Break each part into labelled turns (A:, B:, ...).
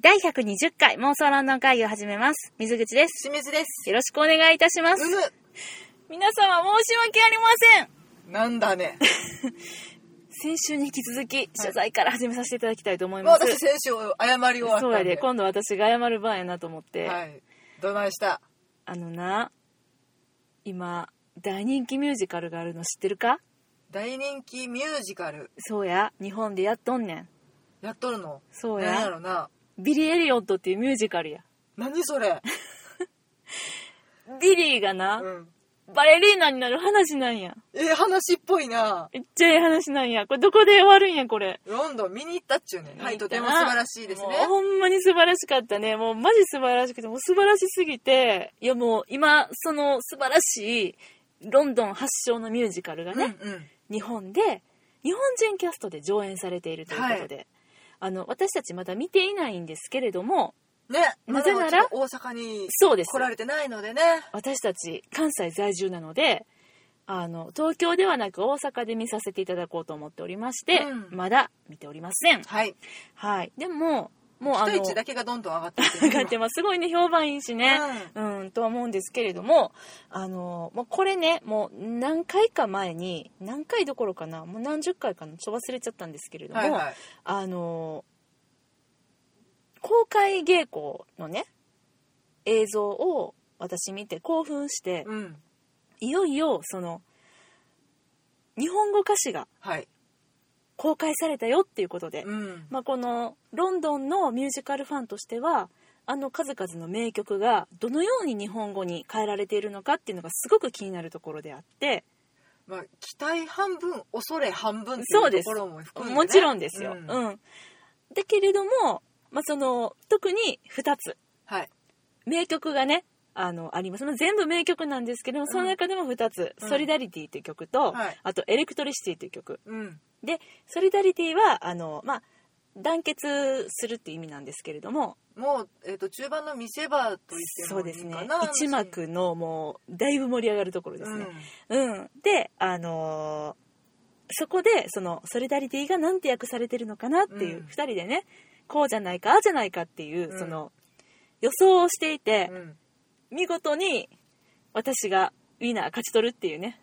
A: 第120回妄想ロンドン会議を始めます。水口です。
B: 清水です。
A: よろしくお願いいたしま
B: う
A: す。
B: む
A: 皆様申し訳ありません。
B: なんだね。
A: 先週に引き続き、謝罪から始めさせていただきたいと思い
B: もう
A: ます。
B: 私先週謝り終わったんで。
A: そうやで、今度私が謝る番やなと思って、
B: はい。どないした
A: あのな、今、大人気ミュージカルがあるの知ってるか
B: 大人気ミュージカル
A: そうや、日本でやっとんねん。
B: やっとるの
A: そう
B: なんや
A: や、
B: ろな。
A: ビリー・エリオットっていうミュージカルや。
B: 何それ。
A: ビリーがな、
B: うん。
A: バレリーナになる話なんや。
B: えー、話っぽいな。
A: めっちゃええ話なんや。これどこで終わるんや、これ。
B: ロンドン見に行ったっちゅうね。はい、とても素晴らしいですね。
A: もうほんまに素晴らしかったね。もうマジ素晴らしくて、もう素晴らしすぎて、いやもう今、その素晴らしいロンドン発祥のミュージカルがね、
B: うんうん。
A: 日本で、日本人キャストで上演されているということで、あの、私たちまだ見ていないんですけれども、
B: ね。
A: なぜなら
B: まだちょっと大阪に
A: そうです
B: 来。られてないのでね。
A: 私たち関西在住なので、あの、東京ではなく大阪で見させていただこうと思っておりまして、
B: うん
A: まだ見ておりません。
B: はい。
A: はい。でも、もうあ
B: 期
A: の、
B: 待値だけがどんどん上がってきて
A: 上がってます。すごいね、評判いいしね。うん、とは思うんですけれども、あの、もうこれね、もう何回か前に、何回どころかな、もう何十回かな、ちょっと忘れちゃったんですけれ
B: う
A: ど
B: ん。
A: も、
B: はいはい。
A: あの、公開稽古のね、映像を私見て興奮して、
B: うん。
A: いよいよ、その、日本語歌詞が
B: はい。
A: 公開されたよっていうことで、
B: うん。
A: まあ、このロンドンのミュージカルファンとしてはあの数々の名曲がどのように日本語に変えられているのかっていうのがすごく気になるところであって
B: まあ、期待半分恐れ半分って
A: そう
B: い
A: で
B: うと
A: す
B: ころも含んで、ね、
A: もちろんですよ。
B: う
A: うんんだけれども、まあ、その特に2つ
B: はい
A: 名曲がねあのあります、まあ、全部名曲なんですけどもその中でも2つ「
B: うん
A: ソリダリティ」という曲と、
B: はい
A: あと「エレクトリシティ」という曲
B: うん
A: でソリダリティはあの、まあ、団結するっていう意味なんですけれども
B: もう、えー、と中盤の見せ場と言って
A: そ
B: も
A: う
B: い
A: です
B: い
A: ね
B: かな
A: 一幕のもうだいぶ盛り上がるところで
B: で
A: すね、うんであのーそこでそのソリダリティがなんて訳されてるのかなっていう、
B: うん
A: 2人でねこうじゃないかああじゃないかっていう、
B: うん
A: その予想をしていて
B: うん、、うん
A: 見事に私がウィナー勝ち取るっていうね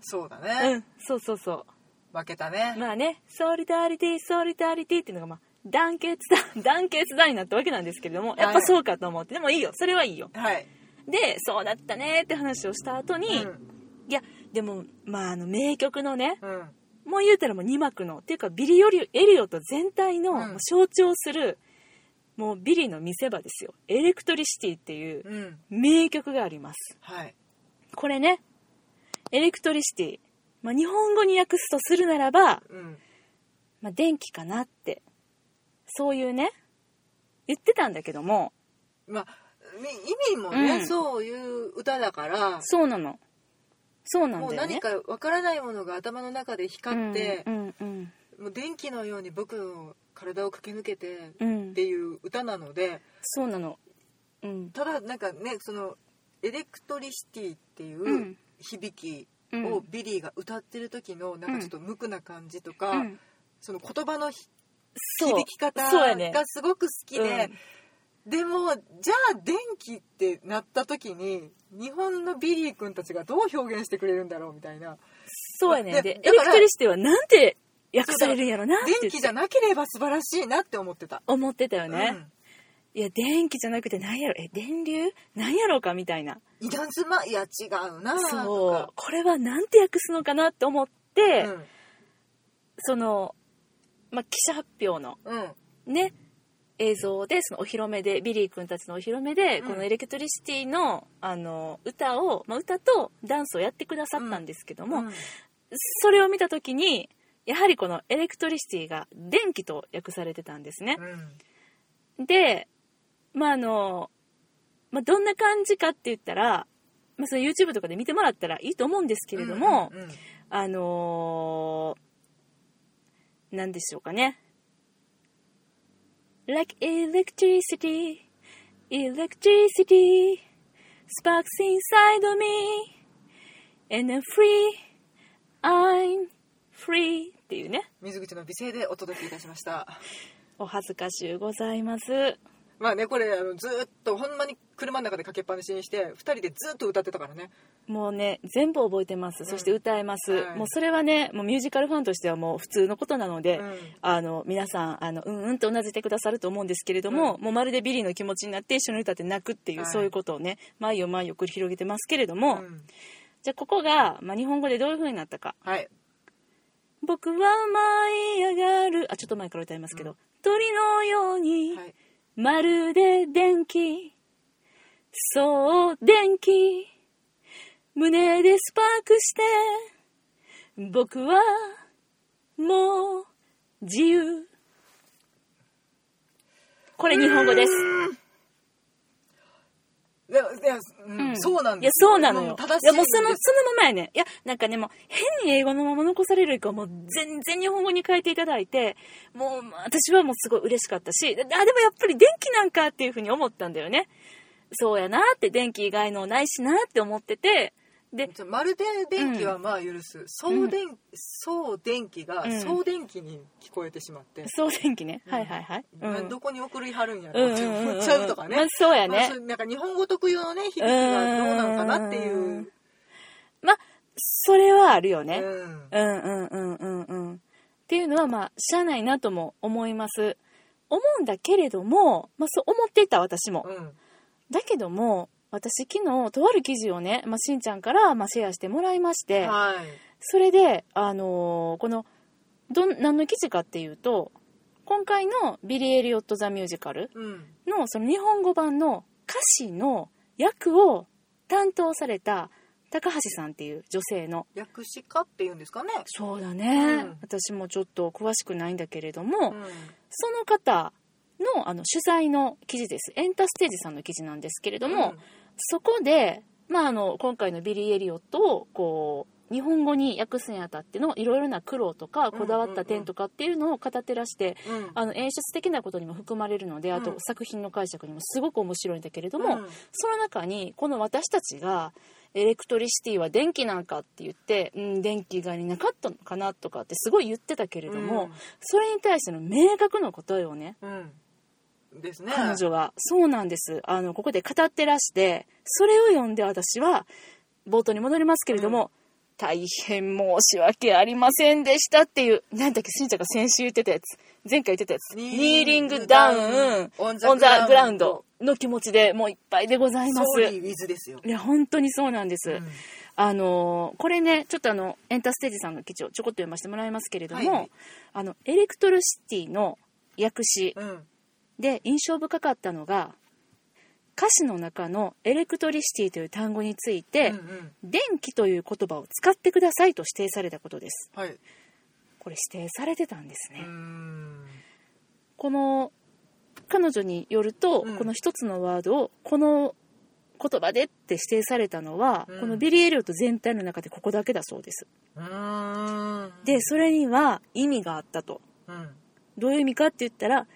B: そうだ
A: う
B: ね、
A: んそうそうそ
B: 負けたね
A: う、まあねソリダリティソリダリティっていうのがまあ団結だ 団結だになったわけなんですけれどもやっぱそうかと思ってでもいいよそれはいいよ
B: はい、
A: でそうだったねって話をした後に、
B: うん
A: いやでもまああの名曲のね
B: うん
A: もう言うたらもう2幕のっていうかビリー・エリエリオと全体の
B: うん
A: もう象徴する、もうビリーの見せ場ですよ「エレクトリシティ」っていう
B: うん
A: 名曲があります
B: はい
A: これね「エレクトリシティ」まあ、日本語に訳すとするならば、
B: うん
A: まあ、電気かなってそういうね言ってたんだけども
B: まあみ意味もね、
A: うん
B: そういう歌だから
A: そうなのそうなん
B: もう
A: だよね
B: 何かわからないものが頭の中で光って
A: う、んうん
B: もう電気のように僕の体を駆け抜けて
A: うん、うん
B: っていう歌なので、
A: そうなの。うん。
B: ただなんかねそのエレクトリシティっていううん響き
A: うん
B: をビリーが歌ってる時のなんかちょっと無垢な感じとか、
A: うん
B: その言葉のひ
A: そう
B: 響き方
A: そうやね
B: がすごく好きで、
A: うん
B: でもじゃあ電気ってなった時に日本のビリー君たちがどう表現してくれるんだろうみたいな
A: そうやねんで、
B: で
A: エ
B: だ
A: レ
B: から
A: クトリシティはなんて訳されるんやろなって
B: 電
A: 言
B: 気
A: っ
B: じ
A: て
B: ゃなければ素晴らしいなって思ってた。
A: 思ってたよね。いや、電気じゃなくてなんやろ、え、電流なんやろうかみたいな。
B: うん、稲妻いや違うなと
A: そう
B: か。。
A: これはなんて訳すのかなって思って、
B: うん
A: その、まあ、記者発表の
B: うん
A: ね、映像で、そのお披露目で、ビリー君たちのお披露目で、
B: うん
A: このエレクトリシティの、あの、歌を、まあ、歌とダンスをやってくださったんですけども、
B: うん
A: それを見た時にやはりこのエレクトリシティが電気と訳されてたんですね。
B: うん
A: で、まああのまあ、どんな感じかって言ったら、まあ、その YouTube とかで見てもらったらいいと思うんですけれども、
B: うんうんうん
A: あのー、なんでしょうかね。Like electricity, electricity sparks inside of me, and I'm free, I'm free っていうね。
B: 水口の美声でお届けいたしました。
A: お恥ずかしゅうございます
B: まあねこれあのずーっとほんまに車の中でかけっぱなしにして2人でずっと歌ってたからね
A: もうね全部覚えてますそして歌えます、
B: はい
A: もうそれはねもうミュージカルファンとしてはもう普通のことなので、
B: うん
A: あの皆さんあのうんうんとうなずいてくださると思うんですけれども、もうまるでビリーの気持ちになって一緒に歌って泣くっていう、
B: はい
A: そういうことをね毎を毎を繰り広げてますけれども、
B: うん
A: じゃあここが、まあ、日本語でどういう風になったか
B: はい
A: 「僕は舞い上がる」あちょっと前から歌いますけど「鳥のように、
B: はい
A: まるで電気そう電気胸でスパークして僕はもう自由これ日本語です
B: でもいや、うん
A: うん
B: そうなん
A: いや
B: です
A: そうなのよ
B: うん正し
A: い
B: い
A: やもうそのそ
B: んです
A: のままやねいやなんかねもう変に英語のまま残される以降もう全然日本語に変えていただいてもうまあ私はもうすごい嬉しかったしあでもやっぱり電気なんかっていうふうに思ったんだよねそうやなって電気以外のないしなって思っててで
B: ちょまるで電気はまあ許す、そう電そう電気が、
A: うん
B: そう電気に聞こえてしまって、
A: そう電気ね、
B: うん
A: はいはいはい、うん、
B: どこに送りはるんや
A: うん
B: ろ
A: う
B: っ
A: ん
B: て
A: うんうん
B: 思っちゃうとかね、
A: まあ、そうや
B: まあ
A: ね
B: そ、うなんか日本語特有のね響きがどうなのかなっていううん
A: まあそれはあるよね、
B: うん
A: うんうんうんうんうん。っていうのはまあしゃあないなとも思います。思うんだけれども、まあ、そう思っていた私も。
B: うん
A: だけども私昨日とある記事をね、まあ、しんちゃんからまあシェアしてもらいまして、
B: はい
A: それで、あのーこのどん何の記事かっていうと今回のビリー・エリオット・ザ・ミュージカル
B: うん
A: のその日本語版の歌詞の役を担当された高橋さんっていう女性の
B: 訳詞家っていうんですかね、
A: そうだね、
B: うん
A: 私もちょっと詳しくないんだけれども、
B: うん
A: その方のあの取材の記事ですエンタステージさんの記事なんですけれども、そこで、まあ、あの今回のビリー・エリオットをこう日本語に訳すにあたってのいろいろな苦労とか
B: ん
A: こだわった点とかっていうのを語ってらして、
B: うんうん
A: あの演出的なことにも含まれるのであと
B: うん
A: 作品の解釈にもすごく面白いんだけれども、
B: うん
A: その中にこの私たちがエレクトリシティは電気なんかって言って、うん、電気以外になかったのかなとかってすごい言ってたけれども、
B: うん
A: それに対しての明確な答えをね
B: うんですね
A: 彼女はそうなんですあのここで語ってらしてそれを読んで私は冒頭に戻りますけれども、大変申し訳ありませんでしたっていうなんだっけしんちゃんが先週言ってたやつ前回言ってたやつニーリングダウン
B: オン
A: オン・ザ・グラウン
B: ド
A: ドの気持ちでもういっぱいでございま
B: ソ
A: す
B: ーリーウィズですよ、
A: いや本当にそうなんです、
B: うん
A: あのーこれねちょっとあのエンターステージさんの記事をちょこっと読ませてもらいますけれども、
B: はいはい
A: あのエレクトルシティの訳詞
B: うん
A: で印象深かったのが歌詞の中のエレクトリシティという単語について、
B: うんうん
A: 電気という言葉を使ってくださいと指定されたことです
B: はい
A: これ指定されてたんですね、
B: うん
A: この彼女によると、
B: うん
A: この一つのワードをこの言葉でって指定されたのは、
B: うん
A: このビリー・エリオット全体の中でここだけだそうです
B: うん
A: でそれには意味があったと
B: うん
A: どういう意味かって言ったら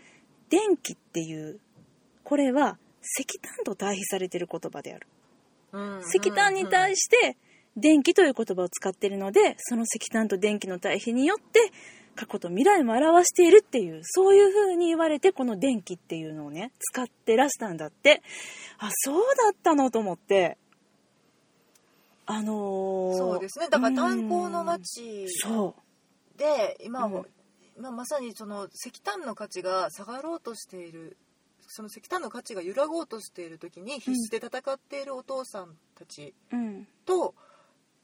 A: 電気っていうこれは石炭と対比されている言葉である
B: うん
A: 石炭に対
B: し
A: して電気という言葉を使っているのでその石炭と電気の対比によって過去と未来も表しているっていうそういう風に言われてこの電気っていうのをね使ってらしたんだってあそうだったのと思ってあのー
B: そうですねだから炭鉱の
A: う
B: 町
A: んそう
B: で今
A: うん
B: も、今まさにその石炭の価値が下がろうとしているその石炭の価値が揺らごうとしている時に必死で戦っているお父さんたち
A: うん
B: と,、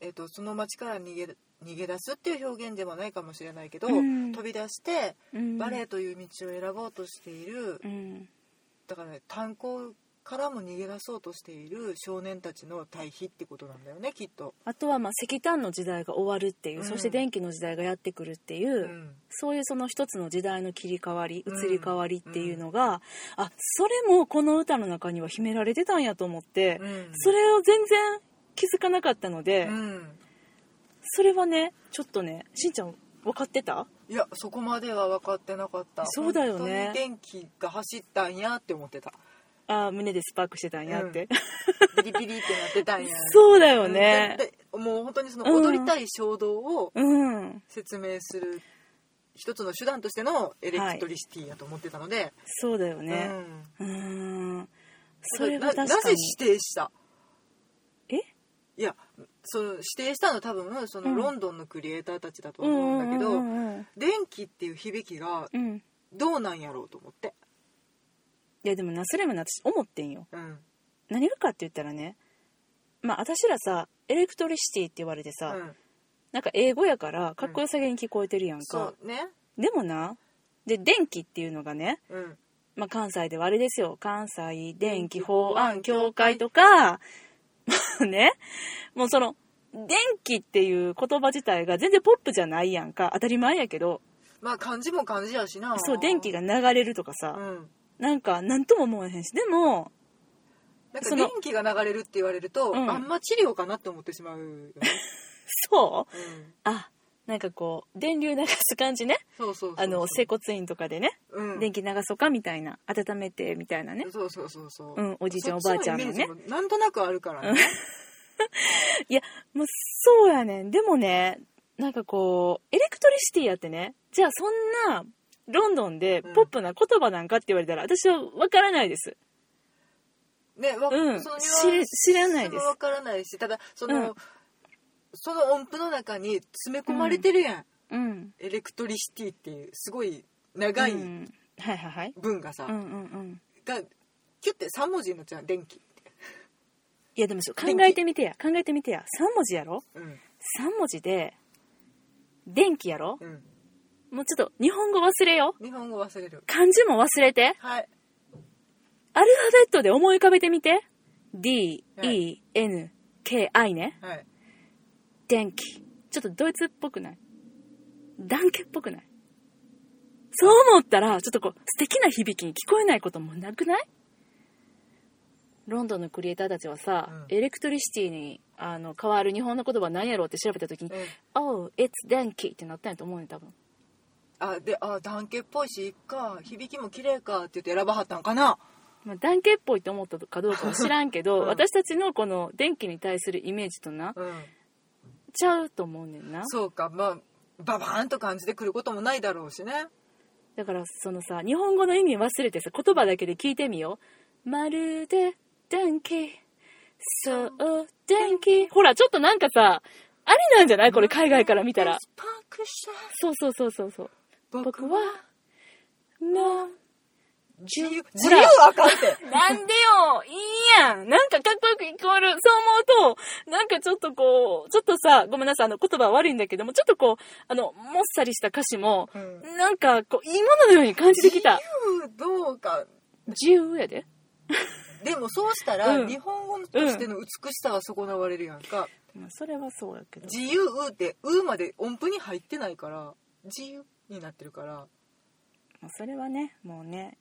B: えっとその町から逃げ逃げ出すっていう表現ではないかもしれないけど、
A: うん
B: 飛び出して
A: うん
B: バレエという道を選ぼうとしている
A: うん
B: だから、ね、炭鉱からも逃げ出そうとしている少年たちの対比ってことなんだよねきっと。
A: あとはまあ石炭の時代が終わるっていう、
B: うん
A: そして電気の時代がやってくるっていう、
B: うん
A: そういうその一つの時代の切り替わり
B: うん
A: 移り変わりっていうのが、あそれもこの歌の中には秘められてたんやと思って、
B: うん
A: それを全然気づかなかったので、
B: うん
A: それはねちょっとねしんちゃん分かってた
B: いやそこまでは分かってなかった
A: そうだよね
B: 本当に電気が走ったんやって思っ てた
A: あー胸でスパークしてたんやって、
B: ビリビリってなってたんや
A: そうだよね
B: ででもう本当にその
A: うん
B: 踊りたい衝動を
A: うん
B: 説明する一つの手段としてのエレクトリシティやと思ってたので、
A: そうだよ
B: う
A: ね
B: ん
A: うーんそれは
B: な
A: 確
B: な
A: か
B: ぜ
A: に
B: 指定した
A: え
B: いやその指定したのは多分その
A: うん
B: ロンドンのクリエイターたちだと思うんだけど、
A: うんうんうん
B: 電気っていう響きが
A: うんうん
B: どうなんやろうと思って、
A: いやでもなそれもな私思ってんよ
B: うん
A: 何がかって言ったらねまあ私らさエレクトリシティって言われて
B: う
A: さ、
B: ん、
A: なんか英語やからかっこよさげに聞こえてるやん
B: そ
A: か、
B: うね、
A: でもなで電気っていうのがね、
B: うん、
A: まあ、関西ではあれですよ関西電気法案協会とか、まあねもうその電気っていう言葉自体が全然ポップじゃないやんか当たり前やけど
B: まあ漢字も漢字やしな
A: そう電気
B: が、
A: が流れるとか
B: う
A: さ、
B: ん、
A: なんか何とも思わへんしでも
B: なん
A: そ
B: か
A: の
B: 電気が流れるって言われると、
A: うん
B: あんま治療かなって思ってしまうよね、
A: そう
B: うん、
A: あなんかこう電流流す感じね
B: そうそうそうそう
A: あの整骨院とかでね、
B: うん
A: 電気流そうかみたいな温めてみたいなね
B: そうそうそうそうう、
A: んおじいちゃんお
B: そ
A: ばあ
B: っ
A: ちゃん
B: イ
A: の
B: メー
A: ね
B: ジもなんとなくあるからね、
A: もうそうやねんでもねなんかこうエレクトリシティやってねじゃあそんなロンドンで
B: うん
A: ポップな言葉なんかって言われたら、私は分からないです
B: ね、わ
A: うん
B: そのニュアン
A: 知れ知らない
B: それ
A: で
B: も
A: す
B: わからないし、ただその、
A: うん
B: その音符の中に詰め込まれてるやん。
A: うん
B: エレクトリシティっていうすごい長い
A: うんはいはいはい
B: 文がさ、
A: うんうんうん
B: がキュッて3文字になっちゃう電気って。
A: いやでもそう考
B: 電気
A: えてみてや考えてみてや3文字やろ
B: うん
A: 3文字で電気やろ
B: うん。
A: もうちょっと日本語忘れよ
B: 日本語忘れる。
A: 漢字も忘れて
B: はい。
A: アルファベットで思い浮かべてみて D
B: は
A: E N K I ね
B: はい。
A: 電気ちょっとドイツっぽくない団結っぽくないそう思ったらちょっとこう素敵な響きに聞こえないこともなくないロンドンのクリエイターたちはさ、
B: うん
A: エレクトリシティにあの変わる日本の言葉何やろうって調べた時に
B: うん
A: 「Oh, it's 電気」ってなったんやと思うね多分
B: あであ団結っぽいしいっか響きも綺麗かって言って選ばはったんかな。
A: まあ、団結っぽいと思ったかどうかは知らんけど、
B: うん
A: 私たちのこの電気に対するイメージとな
B: うん。
A: ちゃうと思うねんな
B: そうかまあババーンと感じてくることもないだろうしね。
A: だからそのさ日本語の意味忘れてさ言葉だけで聞いてみようまるで電気そう電気ほらちょっとなんかさありなんじゃないこれ海外から見たら
B: スパークした
A: そうそうそうそうそう僕
B: 僕
A: は
B: は
A: もう
B: 自由
A: ほ
B: 自
A: ら
B: 由あかんって。
A: なんでよいいやんなんかかっこよく聞こえるそう思うと、なんかちょっとこう、ちょっとさ、ごめんなさい、あの言葉は悪いんだけども、ちょっとこう、あの、もっさりした歌詞も、
B: うん
A: なんかこう、いいもののように感じてきた。
B: 自由どうか
A: 自由やで。
B: でもそうしたら、
A: うん
B: 日本語としての美しさは損なわれるやんか、
A: まあ、それはそうやけど。
B: 自由って「う」まで音符に入ってないから自由になってるから
A: まあそれはね、もうね、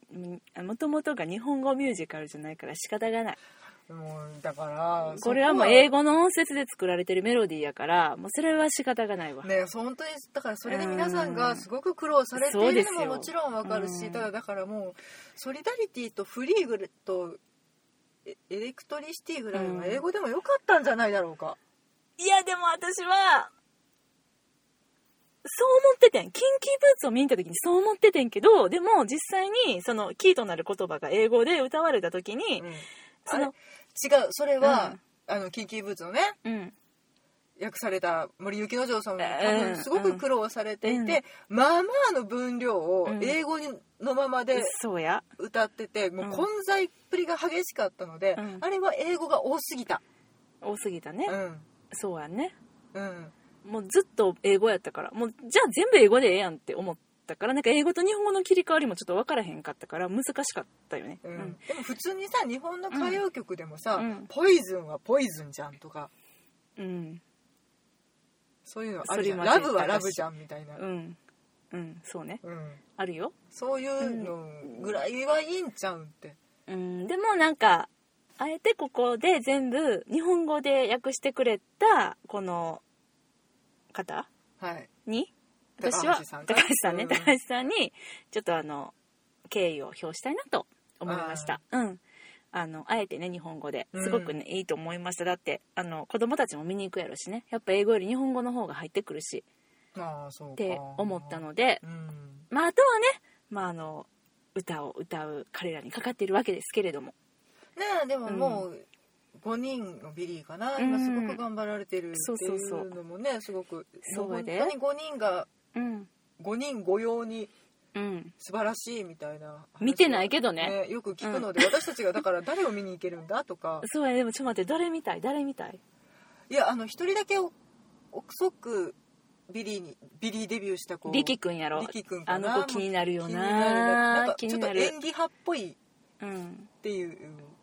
A: もともとが日本語ミュージカルじゃないから仕方がない。
B: もうだから
A: これはもう英
B: 語
A: 語の音節で作られてるメロディーやから、もうそれは仕方がないわ。
B: ね本当にだからそれで皆さんがすごく苦労されて
A: そう
B: い
A: で
B: る
A: す
B: の
A: よ
B: ももちろんわかるし、
A: うん
B: ただだからもうソリダリティとフリーグルとエエレクトリシティぐらいは英語でもよかったんじゃないだろうか、
A: いや、でも私は、そう思っててん。キンキーブーツを見に行った時にそう思っててんけど、でも実際にそのキーとなる言葉が英語で歌われた時に
B: う、ん
A: そ
B: あ
A: の、
B: れ違うそれは、あのキンキーブーツのね
A: うん。
B: 訳された森幸之丞さんも
A: うん
B: 多分すごく苦労されていて、まあまあの分量を
A: うん
B: 英語にのままで
A: そうや。
B: 歌ってて、もう混在っぷりが激しかったので、
A: うん
B: あれは英語が多すぎた。
A: 多すぎたね
B: う。ん
A: そうやね。
B: うん
A: もうずっと英語やったから、もうじゃあ全部英語でええやんって思ったから、なんか英語と日本語の切り替わりもちょっと分からへんかったから、難しかったよね。
B: う
A: うんん。
B: でも普通にさ日本の歌謡曲でもさ「
A: うん
B: ポイズンはポイズンじゃん」とか
A: うん。
B: そういうのあるじゃん「
A: 反町
B: ラブはラブじゃん」みたいな、
A: うん。うん、そうね。
B: うん
A: あるよ。
B: そういうのぐらいはいいんちゃうんって、
A: うん、でもなんかあえてここで全部日本語で訳してくれたこの方
B: はい、
A: に
B: 高
A: 私
B: 橋
A: は
B: さんか
A: 高橋さんね、
B: うん
A: 高橋さんにちょっとあの敬意を表したいなと思いましたうんあのあえてね日本語で
B: うん
A: すごくね、いいと思いましただってあの子供たちも見に行くやろしねやっぱ英語より日本語の方が入ってくるし
B: ああそう
A: っ
B: か
A: て思ったので、
B: うん
A: まあ、あとはね、まあ、あの歌を歌う彼らにかかっているわけですけれども
B: ねえでももう5人のビリーかな、
A: う
B: 今
A: ん
B: すごく頑張られてる
A: そう
B: って
A: そう
B: い
A: そう
B: うのもねすごく
A: そうやで
B: もう本当に5人が
A: うん、
B: 5人御用に
A: うん、
B: 素晴らしいみたいな話を
A: 見てないけどね
B: よく聞くので、私たちがだから誰を見に行けるんだとか
A: そうやねでもちょっと待って誰みたい誰みたい
B: いやあの一人だけお遅くビリーにビリーデビューした子
A: 力くんやろ
B: リキ君か
A: あ
B: な
A: の子気になるよ
B: 気になるな
A: なん
B: かちょっ
A: 気
B: と
A: にな
B: 演技派っぽいっ
A: うん、
B: ていう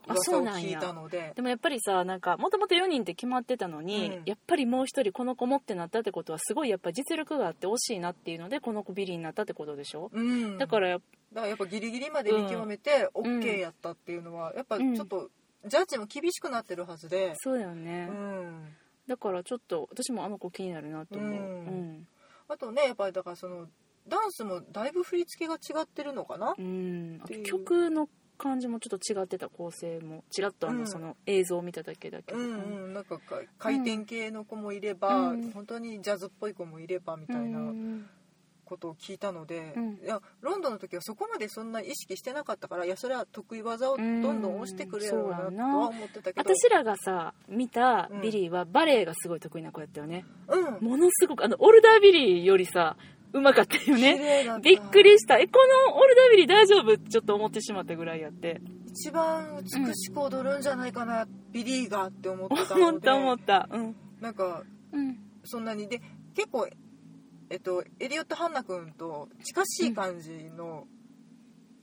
A: あそう
B: 噂を
A: なん
B: 聞い
A: や
B: たので
A: でもやっぱりさなんかもともと4人って決まってたのに、
B: うん
A: やっぱりもう一人この子もってなったってことはすごいやっぱ実力があって惜しいなっていうのでこの子ビリになったってことでしょ、
B: うん
A: だからやっぱ
B: だからやっぱギリギリまで見極めて
A: うん
B: OK やったっていうのはやっぱちょっとジャッジも厳しくなってるはずで、
A: そうだよ
B: う
A: ね、
B: ん、
A: だからちょっと私もあの子気になるなと思う、うん
B: あとねやっぱりだからそのダンスもだいぶ振り付けが違ってるのかな、
A: うん、あ
B: って
A: と
B: いう
A: 曲の感じもちょっと違ってた構成もちらっとあの、
B: うん
A: その映像を見ただけだけ
B: う
A: ど、
B: んうん、なんかか回転系の子もいれば、
A: うん
B: 本当にジャズっぽい子もいればみ
A: う
B: たいなんことを聞いたので、
A: うん
B: いやロンドンの時はそこまでそんな意識してなかったからいやそれは得意技をどんどん押してくれる
A: うんそうや
B: なと
A: な
B: は思ってたけど
A: 私らがさ見た
B: うん
A: ビリーはバレエがすごい得意な子やったよね、
B: うん
A: ものすごくあのオルダービリーよりさうまかったよ
B: 綺
A: ね
B: 麗だった
A: びっくりしたえこのオルダービリー大丈夫ってちょっと思ってしまったぐらいやって
B: 一番美しく踊るんじゃないかな、ビリーがって思ってた
A: 思
B: の
A: っ
B: で
A: た思ったうん
B: なんか
A: うん
B: そんなにで結構えっとエリオット・ハンナ君と近しい感じの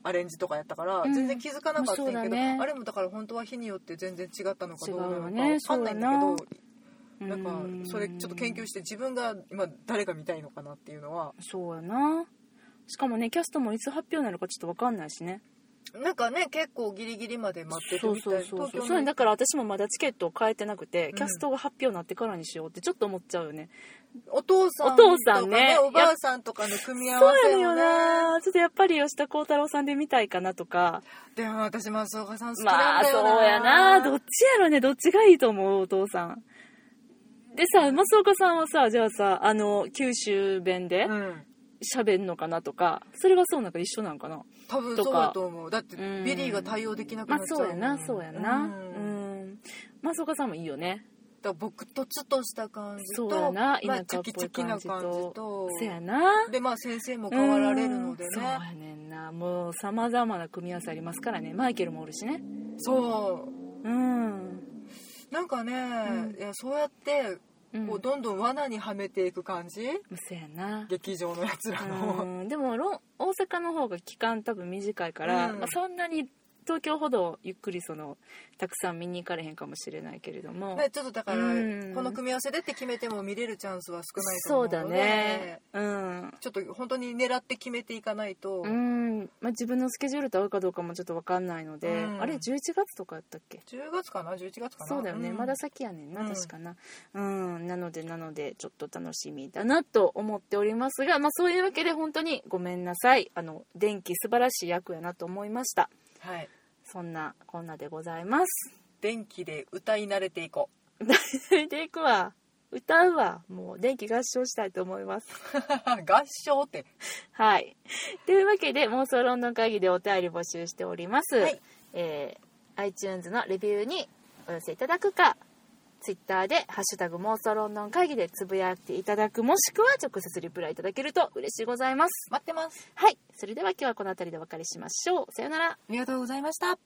B: アレンジとかやったから、
A: うん
B: 全然気づかなかったん
A: う
B: や
A: んそう
B: け
A: だ
B: ど、
A: ね
B: あれもだから本当は日によって全然違ったのかどうなのか
A: 違うよね
B: 分かんないんだけど
A: う
B: なんかそれちょっと研究して自分が今誰が見たいのかなっていうのは
A: そうやなしかもねキャストもいつ発表になるかちょっと分かんないしね
B: なんかね結構ギリギリまで待ってるみたい
A: そうそうそう
B: 東
A: そ
B: 京
A: う
B: の
A: だから私もまだチケットを買えてなくて、
B: ん
A: キャストが発表になってからにしようってちょっと思っちゃうよね
B: お父さん
A: お
B: と
A: 父
B: か
A: さ
B: ね
A: んね
B: おばあさんとかの組み合
A: そ
B: わ
A: う
B: せ
A: やねん
B: も
A: よ
B: ね
A: なちょっとやっぱり吉田鋼太郎さんで見たいかなとか
B: でも私松岡さん好き
A: ま
B: なん
A: あ
B: だ
A: そ
B: よな、
A: うやなどっちやろねどっちがいいと思うお父さんでさ松岡さんはさじゃあさあの九州弁で
B: うん
A: 喋んのかなとかそれがそうなんか一緒なんかな
B: 多分そうだと思うだって
A: うん
B: ビリーが対応できなく
A: ま
B: なっ
A: あ
B: ちゃう
A: そうやなそうやなうん
B: だか
A: ん松岡さんもいいよね
B: ら僕とつとした感じと
A: そうやな
B: まあ、
A: 田舎っぽい感じと
B: チャキチャキな感じと
A: そやな
B: でまあ先生も変わられるので
A: うんそう
B: ね
A: やねんなもうさまざまな組み合わせありますからねマイケルもおるしね
B: そう
A: うん
B: なんかね、
A: うん
B: いやそうやって
A: うん
B: こうどんどん罠にはめていく感じ、
A: そうやな
B: 劇場のやつら
A: う
B: の、
A: んでもロン大阪の方が期間多分短いから、
B: うん
A: まあ、そんなに東京ほどゆっくりそのたくさん見に行かれへんかもしれないけれども、
B: ね、ちょっとだから、
A: うん
B: この組み合わせでって決めても見れるチャンスは少ないと
A: そ
B: 思う
A: う
B: ので
A: だねうん
B: ちょっと本当に狙って決めていかないと、
A: うんまあ、自分のスケジュールと合うかどうかもちょっと分かんないので、
B: うん
A: あれ11月とかやったっけ
B: 10月かな11月かな
A: そうだよね、
B: ん
A: まだ先やねんな
B: うん
A: 確かなうん、なのでなのでちょっと楽しみだなと思っておりますがまあそういうわけで本当にごめんなさいあの電気素晴らしい役やなと思いました
B: はい
A: そんなこんなでございます
B: 電気で歌い慣れていこう
A: それでいくわ歌うわもう電気合唱したいと思います
B: 合唱って
A: はいというわけで妄想ロンドン会議でお便り募集しております、
B: はい
A: えー iTunes のレビューにお寄せいただくか Twitter で「ハッシュタグ妄想ロンドン会議」でつぶやいていただくもしくは直接リプライいただけると嬉しいございます
B: 待ってます
A: はいそれでは今日はこの辺りでお別れしましょうさようなら
B: ありがとうございました